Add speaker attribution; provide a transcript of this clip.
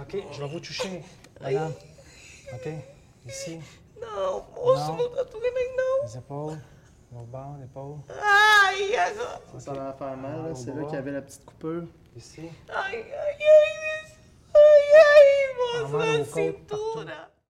Speaker 1: OK, je vais vous toucher. Madame. OK, ici.
Speaker 2: Non,
Speaker 1: Non.
Speaker 2: mon se retourner maintenant.
Speaker 1: Les épaules. L'autre bord, l'épaule.
Speaker 2: Aïe, aïe,
Speaker 3: Ça, ça va faire mal,
Speaker 1: Ah,
Speaker 3: là. C'est là
Speaker 1: bon.
Speaker 3: qu'il y avait la petite coupure.
Speaker 1: Ici.
Speaker 2: aïe, aïe, aïe, aïe,
Speaker 1: Ah, mal au
Speaker 2: mon Dieu, c'est é
Speaker 1: côte partout.
Speaker 2: tout, là.